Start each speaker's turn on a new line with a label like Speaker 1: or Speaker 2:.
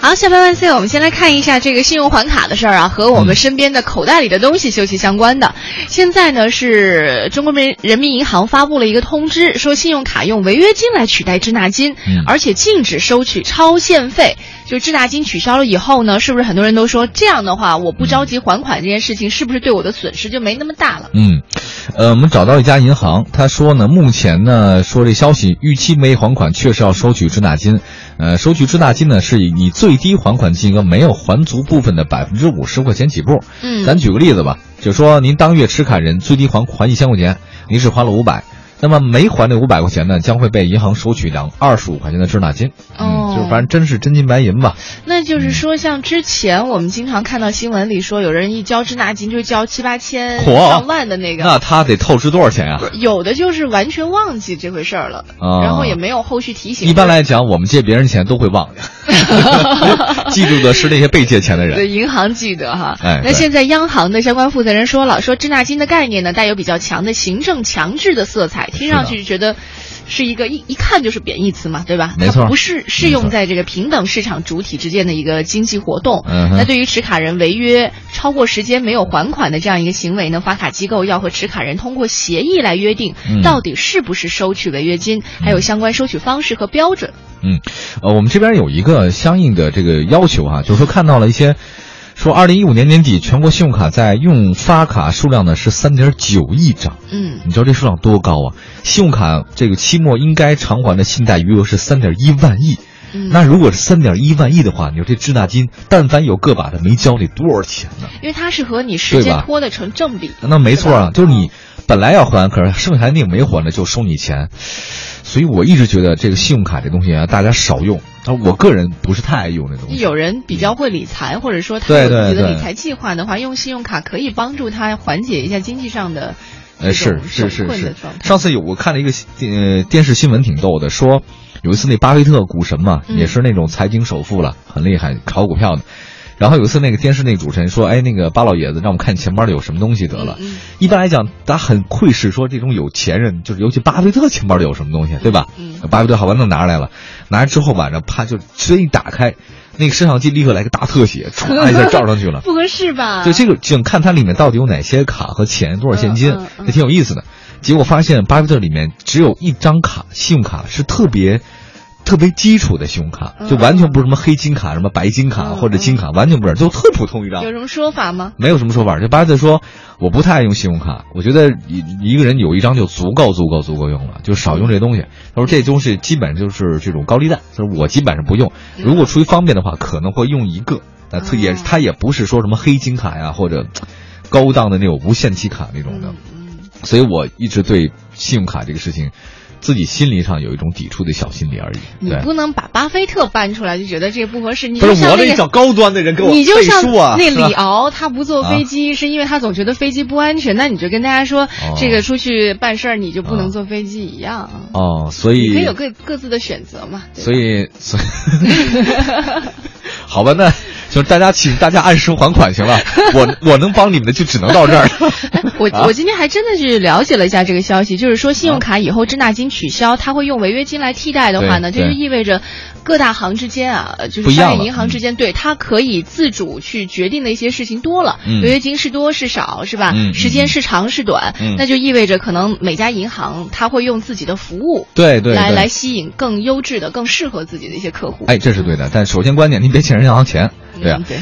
Speaker 1: 好，下班万岁！我们先来看一下这个信用还卡的事儿啊，和我们身边的口袋里的东西息息相关的。现在呢，是中国人人民银行发布了一个通知，说信用卡用违约金来取代滞纳金，
Speaker 2: 嗯
Speaker 1: 而且禁止收取超限费。就滞纳金取消了以后呢，是不是很多人都说这样的话，我不着急还款这件事情，是不是对我的损失就没那么大了？
Speaker 2: 嗯，呃，我们找到一家银行，他说呢，目前呢说这消息，逾期没还款确实要收取滞纳金，呃，收取滞纳金呢是以你最低还款金额没有还足部分的百分之五十块钱起步。
Speaker 1: 嗯，
Speaker 2: 咱举个例子吧，就说您当月持卡人最低还还一千块钱，您是还了五百，那么没还这五百块钱呢，将会被银行收取两二十五块钱的滞纳金。
Speaker 1: 哦
Speaker 2: 嗯，就是反正真是真金白银吧。
Speaker 1: 那就是说，像之前我们经常看到新闻里说，有人一交滞纳金就交七八千、
Speaker 2: 嚯
Speaker 1: 嗯上万的那个，
Speaker 2: 那他得透支多少钱呀、
Speaker 1: 有的就是完全忘记这回事儿了，
Speaker 2: 啊？
Speaker 1: 然后也没有后续提醒。
Speaker 2: 一般来讲，我们借别人钱都会忘， 记住的是那些被借钱的人。
Speaker 1: 对银行记得哈。
Speaker 2: 哎
Speaker 1: 那
Speaker 2: 对
Speaker 1: 现在央行的相关负责人说了，说滞纳金的概念呢，带有比较强的行政强制的色彩，听上去觉得。是一个一一看就是贬义词嘛，对吧？
Speaker 2: 没错
Speaker 1: 它不是适
Speaker 2: 没
Speaker 1: 用
Speaker 2: 错
Speaker 1: 在这个平等市场主体之间的一个经济活动。
Speaker 2: 嗯哼
Speaker 1: 那对于持卡人违约超过时间没有还款的这样一个行为呢，发卡机构要和持卡人通过协议来约定
Speaker 2: 嗯
Speaker 1: 到底是不是收取违约金，还有相关收取方式和标准。
Speaker 2: 呃，我们这边有一个相应的这个要求哈、就是说看到了一些，说二零一五年年底全国信用卡在用发卡数量呢是三点九亿张，
Speaker 1: 嗯
Speaker 2: 你知道这数量多高啊？信用卡这个期末应该偿还的信贷余额是三点一万亿，
Speaker 1: 嗯。
Speaker 2: 那如果是三点一万亿的话，你说这滞纳金，但凡有个把的没交，得多少钱呢？
Speaker 1: 因为它是和你时
Speaker 2: 对
Speaker 1: 间
Speaker 2: 吧
Speaker 1: 拖的成正比。
Speaker 2: 那没错啊，
Speaker 1: 对
Speaker 2: 就
Speaker 1: 吧
Speaker 2: 是你本来要还，可是剩下那个没还的就收你钱，所以我一直觉得这个信用卡这东西啊，大家少用。但我个人不是太爱用这东西。
Speaker 1: 有人比较会理财，或者说他
Speaker 2: 对
Speaker 1: 有自己
Speaker 2: 对
Speaker 1: 的理
Speaker 2: 对
Speaker 1: 财计划的话，用信用卡可以帮助他缓解一下经济上的
Speaker 2: 呃，是
Speaker 1: 这种
Speaker 2: 是
Speaker 1: 窘
Speaker 2: 是
Speaker 1: 困的
Speaker 2: 是
Speaker 1: 状。态。
Speaker 2: 上次有我看了一个呃电视新闻，挺逗的，说有一次那巴菲特股神嘛，
Speaker 1: 嗯
Speaker 2: 也是那种财经首富了，很厉害，炒股票的。然后有一次那个电视那个主持人说：“哎，那个巴老爷子，让我们看你钱包里有什么东西得了。
Speaker 1: 嗯
Speaker 2: 一般来讲，大家很窥视说这种有钱人，就是尤其巴菲特钱包里有什么东西，对吧？
Speaker 1: 嗯
Speaker 2: 巴菲特好不容易拿出来了，拿来之后晚上啪就直接一打开，那个摄像机立刻来个大 特写，唰一下照上去了。
Speaker 1: 不合适吧？
Speaker 2: 就这个，就看它里面到底有哪些卡和钱，多少现金
Speaker 1: 嗯嗯，嗯
Speaker 2: 也挺有意思的。结果发现巴菲特里面只有一张卡，信用卡是特别。特别基础的信用卡，
Speaker 1: 嗯
Speaker 2: 就完全不是什么黑金卡、什么白金卡
Speaker 1: 嗯
Speaker 2: 或者金卡，完全不是，就特普通一张。
Speaker 1: 有什么说法吗？
Speaker 2: 没有什么说法。这巴菲特说，我不太爱用信用卡，我觉得一一个人有一张就足够、足够、足够用了，就少用这东西。他说这东西基本就是这种高利贷，就是我基本上不用。如果出于方便的话，可能会用一个。那他也
Speaker 1: 哦
Speaker 2: 他也不是说什么黑金卡呀，或者高档的那种无限期卡那种的
Speaker 1: 嗯。嗯，
Speaker 2: 所以我一直对信用卡这个事情，自己心理上有一种抵触的小心理而已。
Speaker 1: 你
Speaker 2: 对，
Speaker 1: 不能把巴菲特搬出来就觉得这不合适，你
Speaker 2: 不
Speaker 1: 就是像
Speaker 2: 我
Speaker 1: 那
Speaker 2: 这
Speaker 1: 个
Speaker 2: 找。高端的人给我
Speaker 1: 你就
Speaker 2: 背
Speaker 1: 像
Speaker 2: 书啊，
Speaker 1: 那
Speaker 2: 是吧啊
Speaker 1: 李敖，他不坐飞机是因为他总觉得飞机不安全，那你就跟大家说这个出去办事儿你就不能
Speaker 2: 哦啊
Speaker 1: 坐飞机一样，
Speaker 2: 哦，所
Speaker 1: 你
Speaker 2: 以
Speaker 1: 可以有各各自的选择嘛。对吧
Speaker 2: 所以，所以， 好吧，那就是大家请大家按时还款行了。我我能帮你们的就只能到 这儿。
Speaker 1: 我
Speaker 2: 啊
Speaker 1: 我今天还真的去了解了一下这个消息，就是说信用卡以后滞纳金取消，它会用违约金来替代的话呢，这
Speaker 2: 对
Speaker 1: 就
Speaker 2: 对
Speaker 1: 意味着各大行之间啊，呃就是
Speaker 2: 不一样
Speaker 1: 商业
Speaker 2: 了
Speaker 1: 银行之间，对它可以自主去决定的一些事情多了，
Speaker 2: 嗯
Speaker 1: 违约金是多是少是吧？
Speaker 2: 嗯嗯
Speaker 1: 时间
Speaker 2: 嗯
Speaker 1: 是长是短，
Speaker 2: 嗯
Speaker 1: 那就意味着可能每家银行它会用自己的服务
Speaker 2: 对对
Speaker 1: 来来
Speaker 2: 对，
Speaker 1: 吸引更优质的、更适合自己的一些客户。
Speaker 2: 哎，这是对的。但首先观点，您别欠人家行钱，对啊。
Speaker 1: 嗯对。